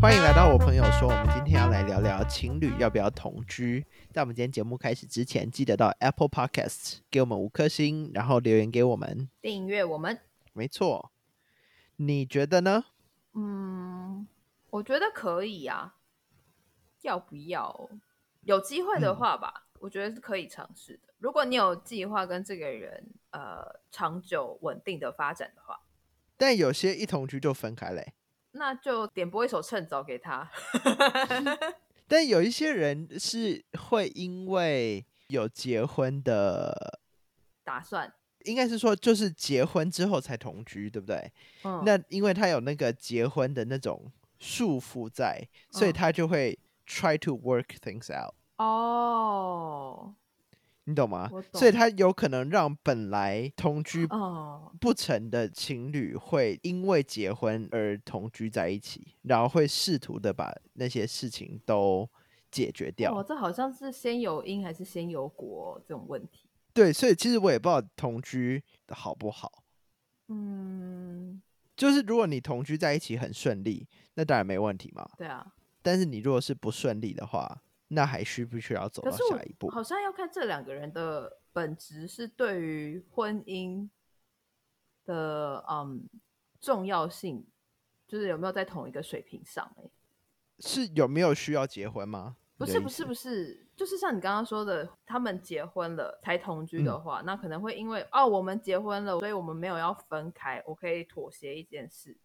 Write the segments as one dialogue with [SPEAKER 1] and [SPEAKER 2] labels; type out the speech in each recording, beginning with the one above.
[SPEAKER 1] 欢迎来到我朋友说，我们今天要来聊聊情侣要不要同居。在我们今天节目开始之前，记得到 Apple Podcast 给我们五颗星，然后留言给我们。
[SPEAKER 2] 订阅我们。
[SPEAKER 1] 没错，你觉得呢？
[SPEAKER 2] 嗯，我觉得可以啊，要不要？有机会的话
[SPEAKER 1] 嗯
[SPEAKER 2] 吧，我觉得是可以尝试的。如果你有计划跟这个人呃长久稳定的发展的话，
[SPEAKER 1] 但有些一同居就分开嘞、
[SPEAKER 2] 那就点播一首《趁早》给他。
[SPEAKER 1] 但有一些人是会因为有结婚的，
[SPEAKER 2] 打算，
[SPEAKER 1] 应该是说就是结婚之后才同居，对不对？
[SPEAKER 2] 嗯，
[SPEAKER 1] 那因为他有那个结婚的那种束缚在，所以
[SPEAKER 2] 嗯
[SPEAKER 1] 他就会 try to work things out。
[SPEAKER 2] 哦
[SPEAKER 1] 你懂吗
[SPEAKER 2] 我？
[SPEAKER 1] 所以
[SPEAKER 2] 懂
[SPEAKER 1] 他有可能让本来同居
[SPEAKER 2] 哦，
[SPEAKER 1] 不成的情侣会因为结婚而同居在一起，然后会试图的把那些事情都解决掉。
[SPEAKER 2] 哦，这好像是先有因还是先有果这种问题。
[SPEAKER 1] 对，所以其实我也不知道同居的好不好。
[SPEAKER 2] 嗯，
[SPEAKER 1] 就是如果你同居在一起很顺利，那当然没问题嘛。
[SPEAKER 2] 对啊，
[SPEAKER 1] 但是你如果是不顺利的话，那还需不需要走
[SPEAKER 2] 可
[SPEAKER 1] 到
[SPEAKER 2] 是我
[SPEAKER 1] 下一步？
[SPEAKER 2] 好像要看这两个人的本质是对于婚姻的嗯重要性，就是有没有在同一个水平上、欸？
[SPEAKER 1] 是有没有需要结婚吗？
[SPEAKER 2] 不
[SPEAKER 1] 你
[SPEAKER 2] 是
[SPEAKER 1] 的
[SPEAKER 2] 不
[SPEAKER 1] 意
[SPEAKER 2] 是
[SPEAKER 1] 思
[SPEAKER 2] 不是，就是像你刚刚说的，他们结婚了才同居的
[SPEAKER 1] 嗯
[SPEAKER 2] 话，那可能会因为哦我们结婚了，所以我们没有要分开，我可以妥协一件事。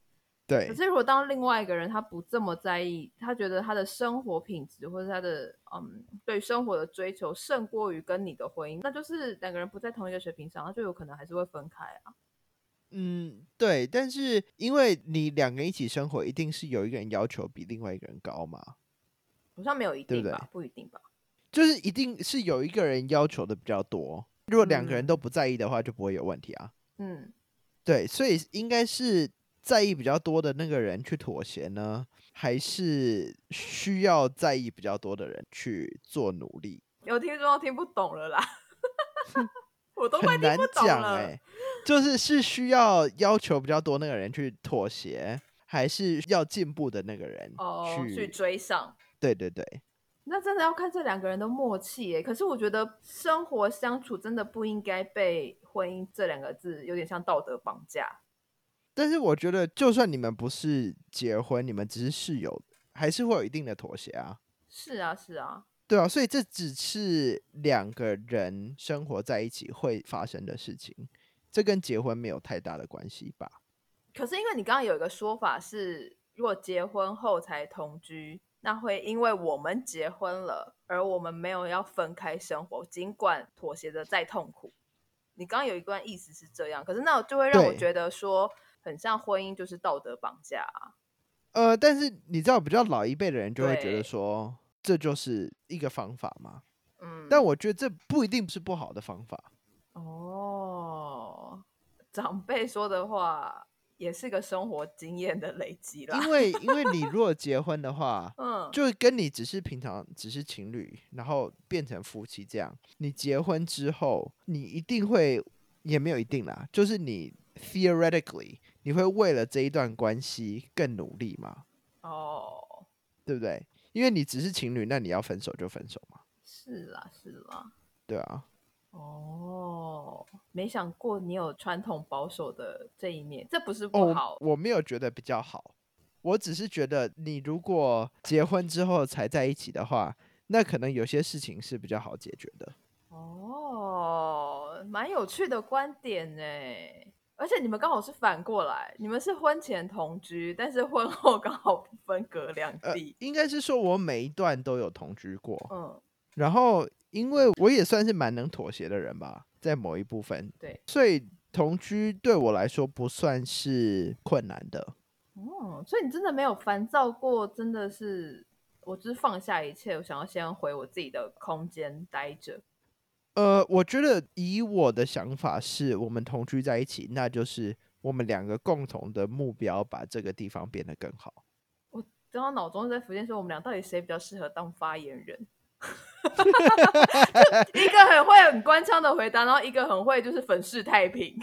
[SPEAKER 1] 对
[SPEAKER 2] 可，是如果当另外一个人他不这么在意，他觉得他的生活品质或者他的嗯对生活的追求胜过于跟你的婚姻，那就是两个人不在同一个水平上，那就有可能还是会分开啊。
[SPEAKER 1] 嗯，对，但是因为你两个人一起生活，一定是有一个人要求比另外一个人高嘛，
[SPEAKER 2] 好像没有一
[SPEAKER 1] 对
[SPEAKER 2] 定
[SPEAKER 1] 不
[SPEAKER 2] 吧，不一定吧。
[SPEAKER 1] 就是一定是有一个人要求的比较多。如果两个人
[SPEAKER 2] 嗯
[SPEAKER 1] 都不在意的话，就不会有问题啊。
[SPEAKER 2] 嗯，
[SPEAKER 1] 对，所以应该是在意比较多的那个人去妥协呢，还是需要在意比较多的人去做努力？
[SPEAKER 2] 有听众都听不懂 了啦，我都快
[SPEAKER 1] 很
[SPEAKER 2] 听
[SPEAKER 1] 难
[SPEAKER 2] 不懂
[SPEAKER 1] 讲
[SPEAKER 2] 了。
[SPEAKER 1] 哎、就是是需要要求比较多那个人去妥协，还是要进步的那个人
[SPEAKER 2] 哦，去
[SPEAKER 1] 去？
[SPEAKER 2] 追上，
[SPEAKER 1] 对对对。
[SPEAKER 2] 那真的要看这两个人的默契欸耶。可是我觉得生活相处真的不应该被婚姻这两个字有点像道德绑架。
[SPEAKER 1] 但是我觉得，就算你们不是结婚，你们只是室友，还是会有一定的妥协啊。
[SPEAKER 2] 是啊，是啊，
[SPEAKER 1] 对啊，所以这只是两个人生活在一起会发生的事情，这跟结婚没有太大的关系吧？
[SPEAKER 2] 可是因为你刚刚有一个说法是，如果结婚后才同居，那会因为我们结婚了，而我们没有要分开生活，尽管妥协的再痛苦。你刚刚有一段意思是这样，可是那就会让我
[SPEAKER 1] 对
[SPEAKER 2] 觉得说，很像婚姻就是道德绑架啊。
[SPEAKER 1] 呃，但是你知道，比较老一辈的人就会觉得
[SPEAKER 2] 对
[SPEAKER 1] 说，这就是一个方法嘛。
[SPEAKER 2] 嗯，
[SPEAKER 1] 但我觉得这不一定是不好的方 法。
[SPEAKER 2] 哦，长辈说的话也是个生活经验的累积啦。，
[SPEAKER 1] 因为因为你如果结婚的话
[SPEAKER 2] 嗯，
[SPEAKER 1] 就跟你只是平常只是情侣，然后变成夫妻这样，你结婚之后，你一定会也没有一定啦，就是你 theoretically 你会为了这一段关系更努力嘛，
[SPEAKER 2] 哦，
[SPEAKER 1] 对不对？因为你只是情侣，那你要分手就分手嘛，
[SPEAKER 2] 是啦，是啦。
[SPEAKER 1] 对啊，
[SPEAKER 2] 哦，没想过你有传统保守的这一面，这不是
[SPEAKER 1] 哦，
[SPEAKER 2] 不好
[SPEAKER 1] 我，我没有觉得比较好，我只是觉得你如果结婚之后才在一起的话，那可能有些事情是比较好解决的。
[SPEAKER 2] 哦，蛮有趣的观点呢。而且你们刚好是反过来，你们是婚前同居，但是婚后刚好分隔两
[SPEAKER 1] 呃
[SPEAKER 2] 地。，
[SPEAKER 1] 应该是说我每一段都有同居过，
[SPEAKER 2] 嗯，
[SPEAKER 1] 然后，因为我也算是蛮能妥协的人吧，在某一部分，
[SPEAKER 2] 对，
[SPEAKER 1] 所以同居对我来说不算是困难的。
[SPEAKER 2] 哦，所以你真的没有烦躁过，真的是，我就是放下一切，我想要先回我自己的空间待着。
[SPEAKER 1] 呃，我觉得以我的想法是，我们同居在一起，那就是我们两个共同的目标，把这个地方变得更好。
[SPEAKER 2] 然后脑中在浮现说，我们俩到底谁比较适合当发言人？ 就一个很会 很官腔的回答，然后一个很会就是粉饰太平。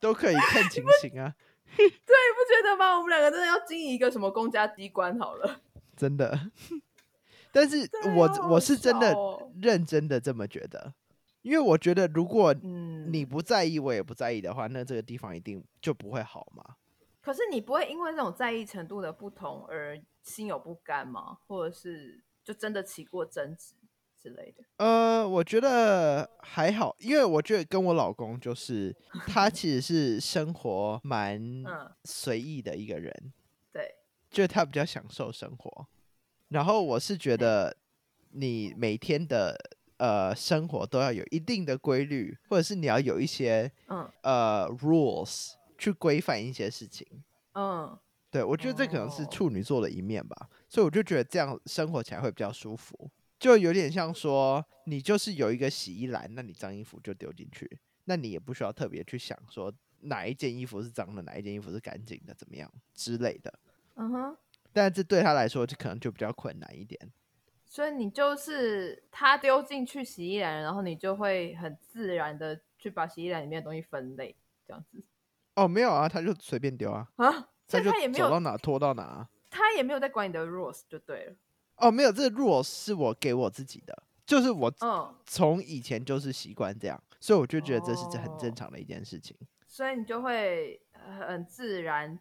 [SPEAKER 1] 都 可以看情形啊，
[SPEAKER 2] 你不觉得吗？我们两个真的要经营一个什么公家机关好了。
[SPEAKER 1] 真的。 但是
[SPEAKER 2] 对啊
[SPEAKER 1] 我、
[SPEAKER 2] 好
[SPEAKER 1] 我是真的
[SPEAKER 2] 笑哦
[SPEAKER 1] 认真的这么觉得，因为我觉得如果
[SPEAKER 2] 嗯，
[SPEAKER 1] 你不在意，我也不在意的话，那这个地方一定就不会好嘛。
[SPEAKER 2] 可是你不会因为这种在意程度的不同而心有不甘吗？或者是就真的起过争执之类的？
[SPEAKER 1] 呃，我觉得还好，因为我觉得跟我老公就是他其实是生活蛮
[SPEAKER 2] 嗯，
[SPEAKER 1] 随意的一个人，
[SPEAKER 2] 对，
[SPEAKER 1] 就是他比较享受生活。然后我是觉得你每天的呃生活都要有一定的规律，或者是你要有一些
[SPEAKER 2] 嗯
[SPEAKER 1] 呃 rules 去规范一些事情。
[SPEAKER 2] 嗯，
[SPEAKER 1] 对，我觉得这可能是
[SPEAKER 2] 哦
[SPEAKER 1] 处女座的一面吧，所以我就觉得这样生活起来会比较舒服，就有点像说你就是有一个洗衣篮，那你脏衣服就丢进去，那你也不需要特别去想说哪一件衣服是脏的，哪一件衣服是干净的，怎么样之类的。
[SPEAKER 2] 嗯哼。
[SPEAKER 1] 但这对他来说就可能就比较困难一点。
[SPEAKER 2] 所以你就是他丢进去洗衣篮，然后你就会很自然的去把洗衣篮里面的东西分类，这样子
[SPEAKER 1] 哦，没有啊，他就随便丢啊，
[SPEAKER 2] 啊。
[SPEAKER 1] 他
[SPEAKER 2] 所以
[SPEAKER 1] 就
[SPEAKER 2] 他也没
[SPEAKER 1] 走到
[SPEAKER 2] 有，
[SPEAKER 1] 哪拖到哪啊。
[SPEAKER 2] 他也没有在管你的 rules 就对了。
[SPEAKER 1] 哦，没有，这个 rules 是我给我自己的，就是我
[SPEAKER 2] 嗯，
[SPEAKER 1] 从以前就是习惯这样，所以我就觉得这是很
[SPEAKER 2] 哦
[SPEAKER 1] 正常的一件事情。
[SPEAKER 2] 所以你就会很自然，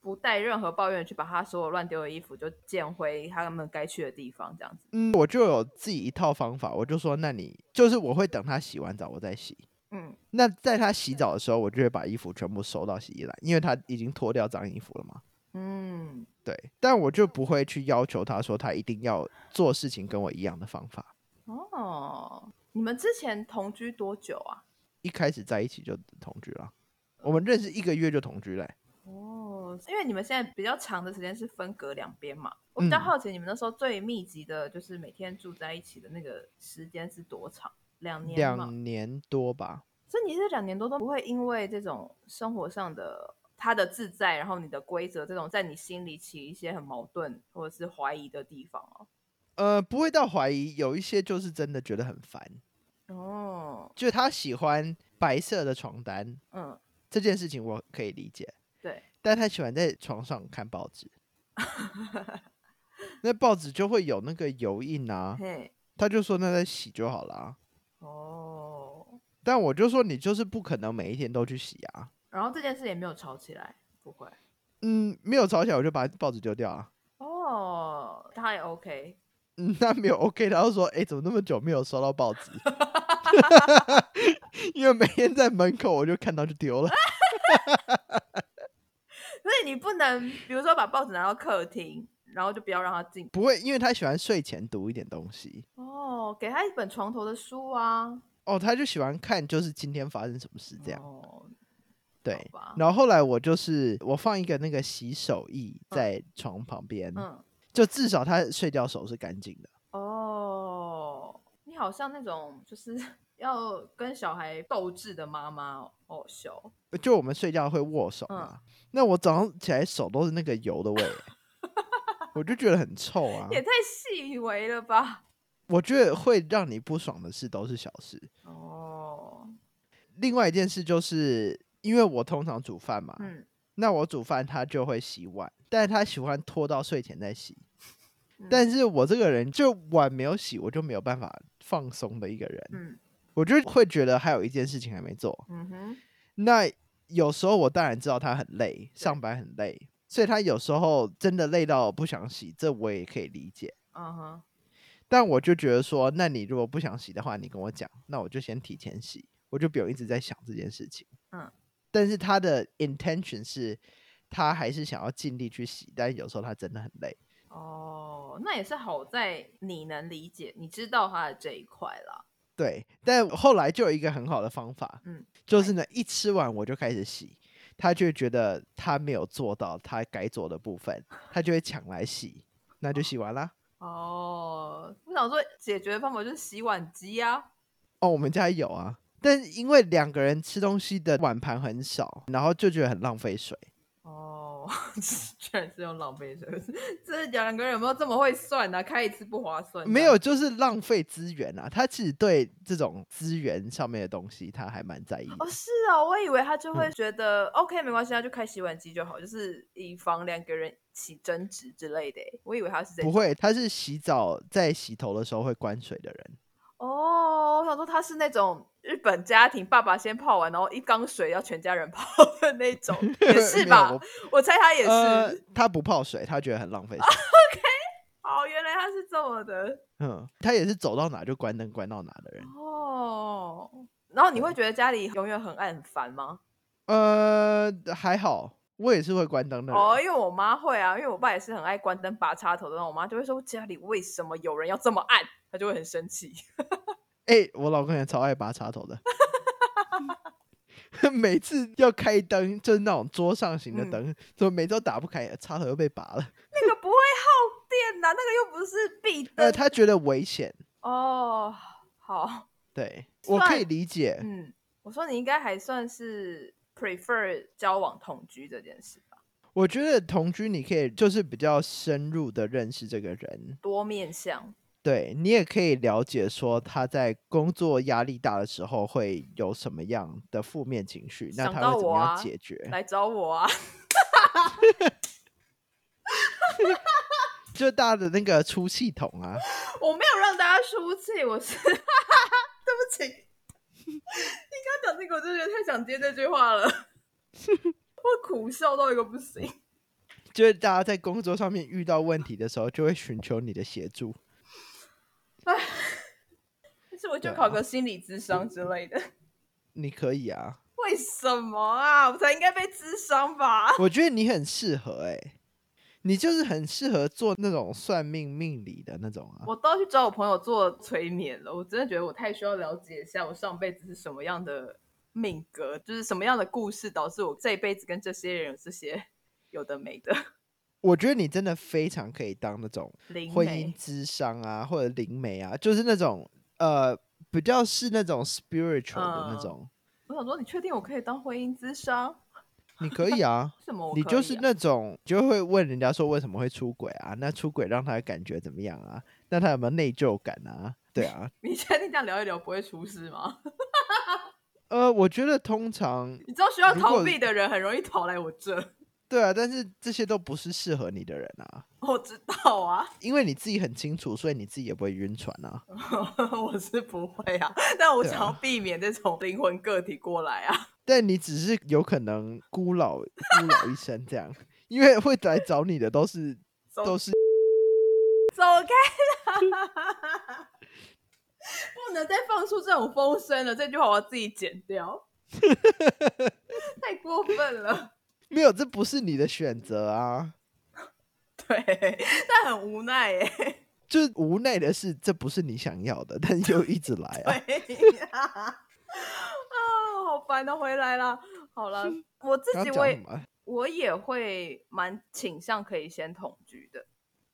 [SPEAKER 2] 不带任何抱怨去把他所有乱丢的衣服就捡回他们该去的地方，这样子。
[SPEAKER 1] 嗯，我就有自己一套方法，我就说，那你就是我会等他洗完澡我再洗。
[SPEAKER 2] 嗯，
[SPEAKER 1] 那在他洗澡的时候，我就会把衣服全部收到洗衣篮，因为他已经脱掉脏衣服了嘛。
[SPEAKER 2] 嗯，
[SPEAKER 1] 对，但我就不会去要求他说他一定要做事情跟我一样的方法。
[SPEAKER 2] 哦，你们之前同居多久啊？
[SPEAKER 1] 一开始在一起就同居了，我们认识一个月就同居嘞、
[SPEAKER 2] 哦，因为你们现在比较长的时间是分隔两边嘛，我比较
[SPEAKER 1] 嗯
[SPEAKER 2] 好奇你们那时候最密集的，就是每天住在一起的那个时间是多长？两年嘛，
[SPEAKER 1] 两年多吧。
[SPEAKER 2] 所以你这两年多都不会因为这种生活上的他的自在，然后你的规则这种在你心里起一些很矛盾或者是怀疑的地方哦。
[SPEAKER 1] 呃，不会到怀疑，有一些就是真的觉得很烦，
[SPEAKER 2] 哦，
[SPEAKER 1] 就是他喜欢白色的床单
[SPEAKER 2] 嗯，
[SPEAKER 1] 这件事情，我可以理解。
[SPEAKER 2] 对，
[SPEAKER 1] 但他喜欢在床上看报纸，那报纸就会有那个油印啊，
[SPEAKER 2] 嘿，
[SPEAKER 1] 他就说那再洗就好啦。
[SPEAKER 2] 哦，
[SPEAKER 1] 但我就说你就是不可能每一天都去洗啊，
[SPEAKER 2] 然后这件事也没有吵起来，不会。
[SPEAKER 1] 嗯，没有吵起来我就把报纸丢掉啊，
[SPEAKER 2] 哦，他也 OK，
[SPEAKER 1] 嗯，那没有 OK，他就说哎、诶怎么那么久没有收到报纸？ 因为每天在门口我就看到就丢了，
[SPEAKER 2] 所以你不能，比如说把报纸拿到客厅，然后就不要让他进。
[SPEAKER 1] 不会，因为他喜欢睡前读一点东西
[SPEAKER 2] 哦，给他一本床头的书啊，
[SPEAKER 1] 哦，他就喜欢看就是今天发生什么事这样。
[SPEAKER 2] 哦，
[SPEAKER 1] 对
[SPEAKER 2] 吧，
[SPEAKER 1] 然后后来我就是我放一个那个洗手液在床旁边，
[SPEAKER 2] 嗯，
[SPEAKER 1] 就至少他睡觉手是干净的。
[SPEAKER 2] 哦，你好像那种就是 要跟小孩斗智的妈妈哦，哦，秀，
[SPEAKER 1] 就我们睡觉会握手
[SPEAKER 2] 嗯
[SPEAKER 1] 嘛，那我早上起来手都是那个油的味， 我就觉得很臭啊。
[SPEAKER 2] 也太细微了吧？
[SPEAKER 1] 我觉得会让你不爽的事都是小事。
[SPEAKER 2] 哦，
[SPEAKER 1] 另外一件事就是，因为我通常煮饭嘛，
[SPEAKER 2] 嗯，
[SPEAKER 1] 那我煮饭他就会洗碗，但是他喜欢拖到睡前再洗。
[SPEAKER 2] 嗯
[SPEAKER 1] 但是我这个人就碗没有洗，我就没有办法放松的一个人。
[SPEAKER 2] 嗯
[SPEAKER 1] 我就会觉得还有一件事情还没做。
[SPEAKER 2] 嗯哼，
[SPEAKER 1] 那有时候我当然知道他很累，上班很累，所以他有时候真的累到不想洗，这我也可以理解。
[SPEAKER 2] 嗯哼，
[SPEAKER 1] 但我就觉得说，那你如果不想洗的话，你跟我讲，那我就先提前洗，我就不用一直在想这件事情。
[SPEAKER 2] 嗯，
[SPEAKER 1] 但是他的 intention 是，他还是想要尽力去洗，但有时候他真的很累。
[SPEAKER 2] 哦，那也是好在你能理解，你知道他的这一块啦。
[SPEAKER 1] 对，但后来就有一个很好的方法，
[SPEAKER 2] 嗯
[SPEAKER 1] 就是呢，一吃完我就开始洗，他就会觉得他没有做到他该做的部分，他就会抢来洗，那就洗完啦。
[SPEAKER 2] 哦，我想说解决方法就是洗碗机啊。
[SPEAKER 1] 哦，我们家有啊，但是因为两个人吃东西的碗盘很少，然后就觉得很浪费水，
[SPEAKER 2] 哦，哦， 居然是用浪费生命，这两个人有没有这么会算呢、啊？开一次不划算，
[SPEAKER 1] 没有，就是浪费资源啊。他其实对这种资源上面的东西，他还蛮在意的。
[SPEAKER 2] 哦，是哦，我以为他就
[SPEAKER 1] 嗯
[SPEAKER 2] 会觉得、OK，没关系，他就开洗碗机就好，就是以防两个人起争执之类的欸。我以为他是这
[SPEAKER 1] 不
[SPEAKER 2] 样。
[SPEAKER 1] 会，他是洗澡在洗头的时候会关水的人。
[SPEAKER 2] 哦，我想说他是那种日本家庭，爸爸先泡完，然后一缸水要全家人泡的那 种，也是吧
[SPEAKER 1] 没有？
[SPEAKER 2] 我猜他也
[SPEAKER 1] 我
[SPEAKER 2] 是。
[SPEAKER 1] 呃，他不泡水，他觉得很浪费水。
[SPEAKER 2] 哦，原来他是这么的
[SPEAKER 1] 嗯，他也是走到哪就关灯关到哪的人。
[SPEAKER 2] 哦。然后你会觉得家里永远很暗很烦吗？
[SPEAKER 1] 呃，还好，我也是会关灯的人。
[SPEAKER 2] 哦，因为我妈会啊，因为我爸也是很爱关灯拔插头的，然后我妈就会说家里为什么有人要这么暗，她就会很生气。
[SPEAKER 1] 哎、我老公也超爱拔插头的， 每次要开灯就是那种桌上型的
[SPEAKER 2] 嗯
[SPEAKER 1] 灯，怎么每次都打不开，插头又被拔了。
[SPEAKER 2] 那个不会耗电呐、那个又不是壁灯。
[SPEAKER 1] 呃，他觉得危险，
[SPEAKER 2] 哦，好，
[SPEAKER 1] 对我可以
[SPEAKER 2] 算
[SPEAKER 1] 理解。
[SPEAKER 2] 嗯，我说你应该还算是 prefer 交往同居这件事吧，
[SPEAKER 1] 我觉得同居你可以就是比较深入的认识这个人，
[SPEAKER 2] 多面向。
[SPEAKER 1] 对你也可以了解说他在工作压力大的时候会有什么样的负面情绪，那
[SPEAKER 2] 想
[SPEAKER 1] 他
[SPEAKER 2] 到
[SPEAKER 1] 会怎
[SPEAKER 2] 我
[SPEAKER 1] 么样
[SPEAKER 2] 啊
[SPEAKER 1] 解决？
[SPEAKER 2] 来找我啊！
[SPEAKER 1] 就大家的那个出气筒啊，
[SPEAKER 2] 我没有让大家出气，我是对不起。你刚讲这个，我就觉得太想接这句话 了，我苦笑到一个不行。
[SPEAKER 1] 就是大家在工作上面遇到问题的时候，就会寻求你的协助。
[SPEAKER 2] 但是我就
[SPEAKER 1] 对啊
[SPEAKER 2] 考个心理智商之 类的，
[SPEAKER 1] 你可以啊，
[SPEAKER 2] 为什么啊？我才应该被智商吧？
[SPEAKER 1] 我觉得你很适合哎、你就是很适合做那种算命命理的那种啊。
[SPEAKER 2] 我都去找我朋友做催眠了，我真的觉得我太需要了解一下我上辈子是什么样的命格，就是什么样的故事导致我这一辈子跟这些人有这些有的没的
[SPEAKER 1] 我觉得你真的非常可以当那种
[SPEAKER 2] 灵
[SPEAKER 1] 婚
[SPEAKER 2] 媒
[SPEAKER 1] 姻之商啊，或者灵媒啊，就是那种呃比较是那种 spiritual 的那
[SPEAKER 2] 嗯
[SPEAKER 1] 种。
[SPEAKER 2] 我想说，你确定我可以当婚姻智商？，
[SPEAKER 1] 你可以啊
[SPEAKER 2] 为什么嗯 我
[SPEAKER 1] 你
[SPEAKER 2] 可
[SPEAKER 1] 就
[SPEAKER 2] 以
[SPEAKER 1] 是
[SPEAKER 2] 啊
[SPEAKER 1] 那种就会问人家说为什么会出轨啊？那出轨让他的感觉怎么样啊？那他有没有内疚感啊？对啊，
[SPEAKER 2] 你确定这样聊一聊不会出事吗？
[SPEAKER 1] 呃，我觉得通常
[SPEAKER 2] 你知道需要
[SPEAKER 1] 如果
[SPEAKER 2] 逃避的人很容易逃来我这，
[SPEAKER 1] 对啊，但是这些都不是适合你的人啊，
[SPEAKER 2] 我知道啊，
[SPEAKER 1] 因为你自己很清楚，所以你自己也不会晕船啊。
[SPEAKER 2] 我是不会啊，但我
[SPEAKER 1] 对啊
[SPEAKER 2] 想要避免这种灵魂个体过来啊。
[SPEAKER 1] 但你只是有可能孤老孤老一生这样， 因为会来找你的都是
[SPEAKER 2] 走
[SPEAKER 1] 都是
[SPEAKER 2] 走开啦！ 不能再放出这种风声了，这句话我要自己剪 掉，太过分了。
[SPEAKER 1] 没有，这不是你的选择啊。
[SPEAKER 2] 对，但很无奈耶。
[SPEAKER 1] 就是无奈的是，这不是你想要的，但又一直来啊。
[SPEAKER 2] 对呀，啊，好烦哦，回来啦。好了，我自
[SPEAKER 1] 刚
[SPEAKER 2] 己
[SPEAKER 1] 刚讲
[SPEAKER 2] 我
[SPEAKER 1] 什
[SPEAKER 2] 也
[SPEAKER 1] 么啊？
[SPEAKER 2] 我也会蛮倾向可以先同居的。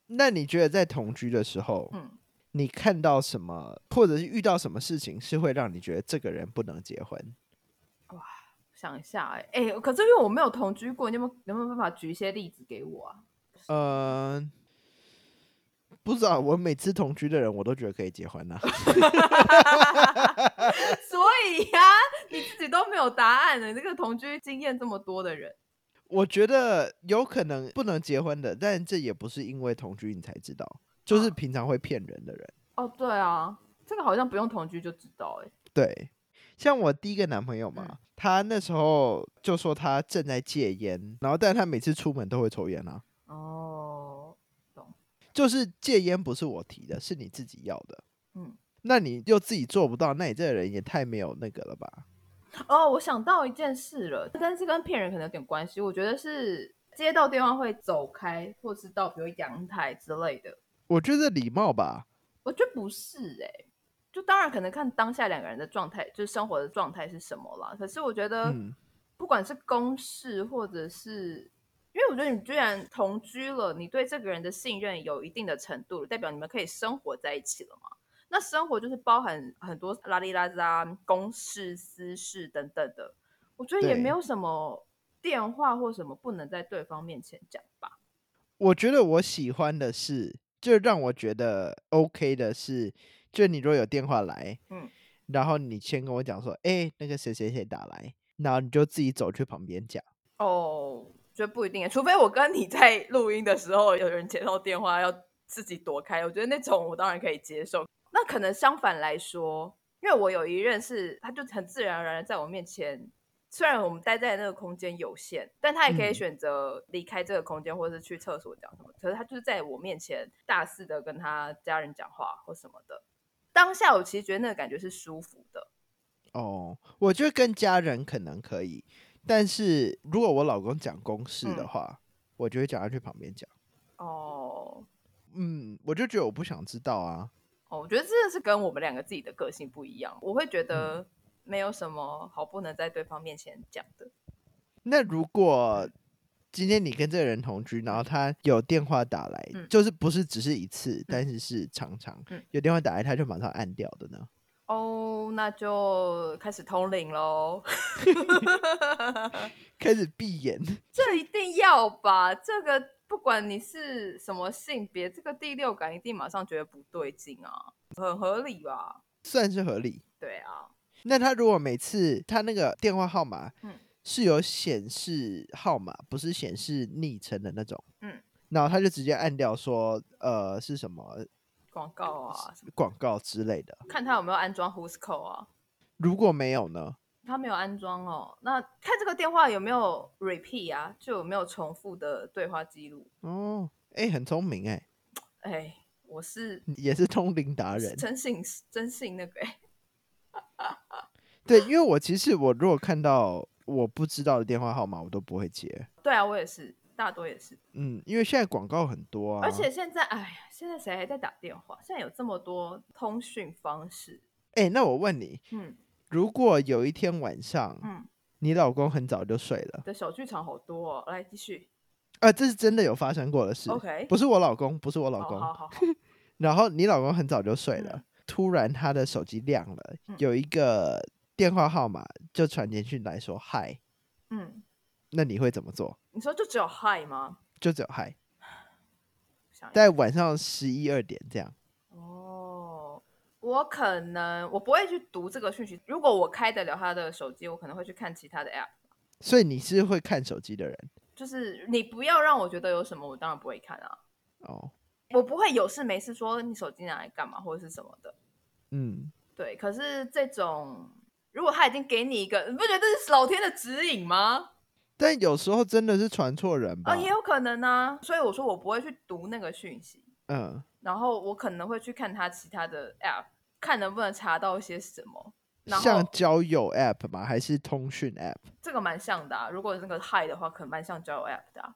[SPEAKER 1] 那你觉得在同居的时候，
[SPEAKER 2] 嗯
[SPEAKER 1] 你看到什么，或者是遇到什么事情，是会让你觉得这个人不能结婚？
[SPEAKER 2] 想一下、欸，哎、可是因为我没有同居过，你有没有有没有办法举一些例子给我啊？
[SPEAKER 1] 呃，不知道，我每次同居的人，我都觉得可以结婚呐、啊
[SPEAKER 2] 所以呀、你自己都没有答案了。你这个同居经验这么多的人，
[SPEAKER 1] 我觉得有可能不能结婚的，但这也不是因为同居你才知道，就是
[SPEAKER 2] 啊
[SPEAKER 1] 平常会骗人的人。
[SPEAKER 2] 哦，对啊，这个好像不用同居就知道哎、
[SPEAKER 1] 对，像我第一个男朋友嘛，
[SPEAKER 2] 嗯
[SPEAKER 1] 他那时候就说他正在戒烟，然后但他每次出门都会抽烟啊。
[SPEAKER 2] 哦，
[SPEAKER 1] 就是戒烟不是我提的，是你自己要的。
[SPEAKER 2] 嗯，
[SPEAKER 1] 那你又自己做不到，那你这个人也太没有那个了吧？
[SPEAKER 2] 哦，我想到一件事了，但是跟骗人可能有点关系。我觉得是接到电话会走开，或是到比如阳台之类的，
[SPEAKER 1] 我觉得礼貌吧，
[SPEAKER 2] 我觉得不是哎、就当然可能看当下两个人的状态，就是生活的状态是什么啦。可是我觉得，
[SPEAKER 1] 嗯，
[SPEAKER 2] 不管是公事或者是，因为我觉得你居然同居了，你对这个人的信任有一定的程度了，代表你们可以生活在一起了嘛？那生活就是包含很多拉里拉扎、公事、私事等等的，我觉得也
[SPEAKER 1] 对
[SPEAKER 2] 没有什么电话或什么不能在对方面前讲吧？
[SPEAKER 1] 我觉得我喜欢的是，就让我觉得 OK 的是，就你如果有电话来，
[SPEAKER 2] 嗯，
[SPEAKER 1] 然后你先跟我讲说，哎、那个谁谁谁打来，然后你就自己走去旁边讲。
[SPEAKER 2] 哦，觉得不一定耶，除非我跟你在录音的时候有人接到电话要自己躲开，我觉得那种我当然可以接受。那可能相反来说，因为我有一任是，他就很自然而然地在我面前，虽然我们待在那个空间有限，但他也可以
[SPEAKER 1] 嗯
[SPEAKER 2] 选择离开这个空间，或者是去厕所讲什么。可是他就是在我面前大肆的跟他家人讲话或什么的。当下我其实觉得那个感觉是舒服的，
[SPEAKER 1] 哦，我觉得跟家人可能可以，但是如果我老公讲公事的
[SPEAKER 2] 嗯
[SPEAKER 1] 话，我就会叫他去旁边讲。
[SPEAKER 2] 哦
[SPEAKER 1] 嗯，我就觉得我不想知道啊。
[SPEAKER 2] 哦，我觉得真的是跟我们两个自己的个性不一样。我会觉得没有什么好不能在对方面前讲的。
[SPEAKER 1] 那如果今天你跟这个人同居，然后他有电话打来，
[SPEAKER 2] 嗯
[SPEAKER 1] 就是不是只是一次，但是是常常、
[SPEAKER 2] 嗯
[SPEAKER 1] 有电话打来，他就马上按掉的呢？
[SPEAKER 2] 哦，那就开始通灵 喽。
[SPEAKER 1] 开始闭眼，
[SPEAKER 2] 这一定要吧？这个不管你是什么性别，这个第六感一定马上觉得不对劲啊，很合理吧？
[SPEAKER 1] 算是合理。
[SPEAKER 2] 对啊，
[SPEAKER 1] 那他如果每次他那个电话号码，
[SPEAKER 2] 嗯
[SPEAKER 1] 是有显示号码，不是显示昵称的那种，
[SPEAKER 2] 嗯，
[SPEAKER 1] 然后他就直接按掉说，呃，是什么
[SPEAKER 2] 广告啊，什么
[SPEAKER 1] 广告之类的。
[SPEAKER 2] 看他有没有安装 Who's Call 啊。
[SPEAKER 1] 如果没有呢？
[SPEAKER 2] 他没有安装哦，那看这个电话有没有 repeat 啊，就有没有重复的对话记录。
[SPEAKER 1] 哦，哎、很聪明哎、
[SPEAKER 2] 哎，我是
[SPEAKER 1] 也是通灵达人。
[SPEAKER 2] 真信真信那个哎，
[SPEAKER 1] 对，因为我其实我如果看到我不知道的电话号码，我都不会接。
[SPEAKER 2] 对啊，我也是，大多也是。
[SPEAKER 1] 嗯，因为现在广告很多啊，
[SPEAKER 2] 而且现在，哎呀，现在谁还在打电话？现在有这么多通讯方式，
[SPEAKER 1] 哎、那我问你，
[SPEAKER 2] 嗯
[SPEAKER 1] 如果有一天晚上，
[SPEAKER 2] 嗯，
[SPEAKER 1] 你老公很早就睡了，
[SPEAKER 2] 的小剧场好多哦。来继续
[SPEAKER 1] 啊，这是真的有发生过的事
[SPEAKER 2] OK
[SPEAKER 1] 不是我老公，不是我
[SPEAKER 2] 好
[SPEAKER 1] 老公。
[SPEAKER 2] 好好好，
[SPEAKER 1] 然后你老公很早就睡了，
[SPEAKER 2] 哦嗯
[SPEAKER 1] 突然他的手机亮了，
[SPEAKER 2] 嗯
[SPEAKER 1] 有一个电话号码就传简讯来说嗨，
[SPEAKER 2] 嗯，
[SPEAKER 1] 那你会怎么做？
[SPEAKER 2] 你说就只有嗨吗？
[SPEAKER 1] 就只有嗨，
[SPEAKER 2] 我想一下
[SPEAKER 1] 在晚上十一二点这样。
[SPEAKER 2] 哦，我可能我不会去读这个讯息。如果我开得了他的手机，我可能会去看其他的 app。
[SPEAKER 1] 所以你是会看手机的人
[SPEAKER 2] 就是你不要让我觉得有什么，我当然不会看啊。
[SPEAKER 1] 哦，
[SPEAKER 2] 我不会有事没事说你手机拿来干嘛或者是什么的。
[SPEAKER 1] 嗯，
[SPEAKER 2] 对，可是这种如果他已经给你一个，你不觉得这是老天的指引吗？
[SPEAKER 1] 但有时候真的是传错人吧，
[SPEAKER 2] 啊，也有可能啊。所以我说我不会去读那个讯息，
[SPEAKER 1] 嗯，
[SPEAKER 2] 然后我可能会去看他其他的 app，看能不能查到一些什么。然后
[SPEAKER 1] 像交友 app 吗？还是通讯 app？
[SPEAKER 2] 这个蛮像的、啊，如果那个 Hi 的话，可能蛮像交友 app 的、啊。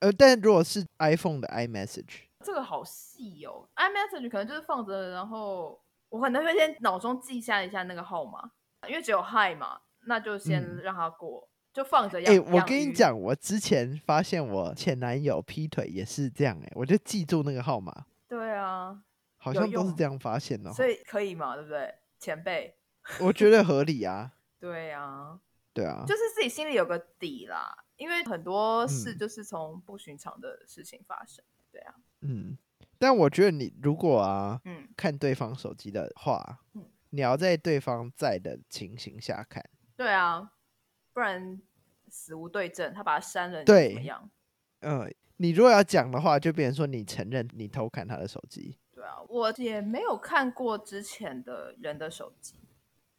[SPEAKER 1] 呃，但如果是 iPhone 的 iMessage，
[SPEAKER 2] 这个好细哦，iMessage 可能就是放着，然后我可能会先脑中记下一下那个号码，因为只有 Hi 嘛，那就先
[SPEAKER 1] 嗯
[SPEAKER 2] 让它过，就放着。
[SPEAKER 1] 哎、我跟你，讲，我之前发现我前男友劈腿也是这样、哎，我就记住那个号码，
[SPEAKER 2] 对啊，
[SPEAKER 1] 好
[SPEAKER 2] 有
[SPEAKER 1] 像都是
[SPEAKER 2] 用
[SPEAKER 1] 这样发现的、哦
[SPEAKER 2] 所以可以嘛，对不对？前辈，
[SPEAKER 1] 我觉得合理啊，
[SPEAKER 2] 对啊，
[SPEAKER 1] 对啊，
[SPEAKER 2] 就是自己心里有个底啦，因为很多事
[SPEAKER 1] 嗯
[SPEAKER 2] 就是从不寻常的事情发生。对啊，
[SPEAKER 1] 嗯，但我觉得你如果啊
[SPEAKER 2] 嗯，
[SPEAKER 1] 看对方手机的话
[SPEAKER 2] 嗯，
[SPEAKER 1] 你要在对方在的情形下看，
[SPEAKER 2] 对啊，不然死无对证，他把它删了，你
[SPEAKER 1] 对
[SPEAKER 2] 怎么样？
[SPEAKER 1] 嗯，你如果要讲的话，就变成说你承认你偷看他的手机，
[SPEAKER 2] 对啊，我也没有看过之前的人的手机，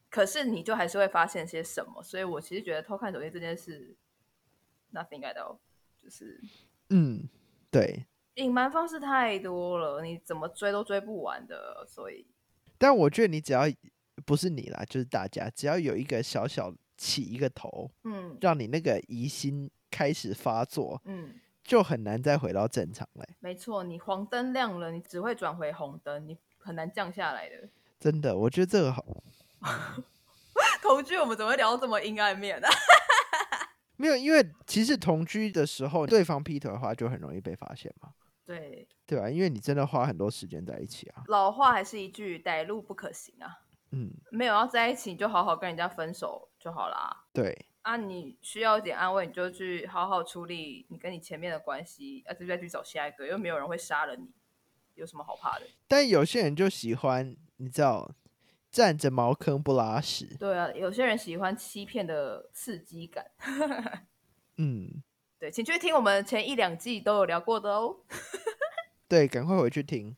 [SPEAKER 2] 可是你就还是会发现些什么，所以我其实觉得偷看手机这件事，nothing at all，就是
[SPEAKER 1] 嗯，对，
[SPEAKER 2] 隐瞒方式太多了，你怎么追都追不完的，所以
[SPEAKER 1] 但我觉得你只要不是你啦，就是大家只要有一个小小起一个头，
[SPEAKER 2] 嗯
[SPEAKER 1] 让你那个疑心开始发作，
[SPEAKER 2] 嗯，
[SPEAKER 1] 就很难再回到正常嘞、
[SPEAKER 2] 没错，你黄灯亮了，你只会转回红灯，你很难降下来 的。
[SPEAKER 1] 真的，我觉得这个好
[SPEAKER 2] 同居我们怎么会聊到这么阴暗面啊 呢、
[SPEAKER 1] 没有，因为其实同居的时候，对方劈腿的话就很容易被发现嘛，
[SPEAKER 2] 对，
[SPEAKER 1] 对吧、因为你真的花很多时间在一起啊，
[SPEAKER 2] 老话还是一句，歹路不可行啊，
[SPEAKER 1] 嗯，
[SPEAKER 2] 没有要在一起你就好好跟人家分手就好啦。
[SPEAKER 1] 对，
[SPEAKER 2] 啊，你需要一点安慰，你就去好好处理你跟你前面的关系，啊，就再去找下一个，又没有人会杀了你，有什么好怕的？
[SPEAKER 1] 但有些人就喜欢，你知道，站着茅坑不拉屎。
[SPEAKER 2] 对啊，有些人喜欢欺骗的刺激感。
[SPEAKER 1] 嗯，
[SPEAKER 2] 对，请去听我们前一两季都有聊过的哦。
[SPEAKER 1] 对，赶快回去听。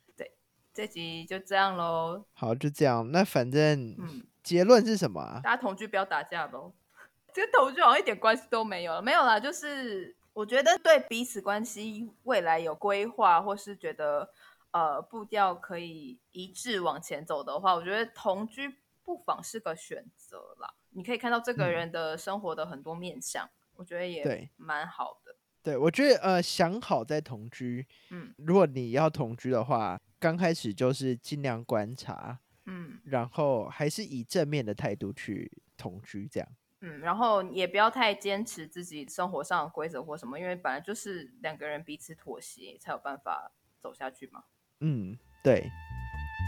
[SPEAKER 2] 这集就这样喽，
[SPEAKER 1] 好，就这样。那反正
[SPEAKER 2] 嗯，
[SPEAKER 1] 结论是什么啊？
[SPEAKER 2] 大家同居不要打架 喽，跟同居好像一点关系都没有了，没有啦，就是我觉得对彼此关系未来有规划，或是觉得呃步调可以一致往前走的话，我觉得同居不妨是个选择啦。你可以看到这个
[SPEAKER 1] 嗯
[SPEAKER 2] 人的生活的很多面相，我觉得也
[SPEAKER 1] 对
[SPEAKER 2] 蛮好的。
[SPEAKER 1] 对，我觉得呃，想好再同居。
[SPEAKER 2] 嗯
[SPEAKER 1] 如果你要同居的话，刚开始就是尽量观察，
[SPEAKER 2] 嗯
[SPEAKER 1] 然后还是以正面的态度去同居，这样。
[SPEAKER 2] 嗯，然后也不要太坚持自己生活上的规则或什么，因为本来就是两个人彼此妥协才有办法走下去嘛。
[SPEAKER 1] 嗯，对，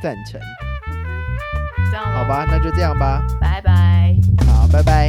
[SPEAKER 1] 赞成。
[SPEAKER 2] 这样咯
[SPEAKER 1] 好，吧，那就这样吧。
[SPEAKER 2] 拜拜。
[SPEAKER 1] 好，拜拜。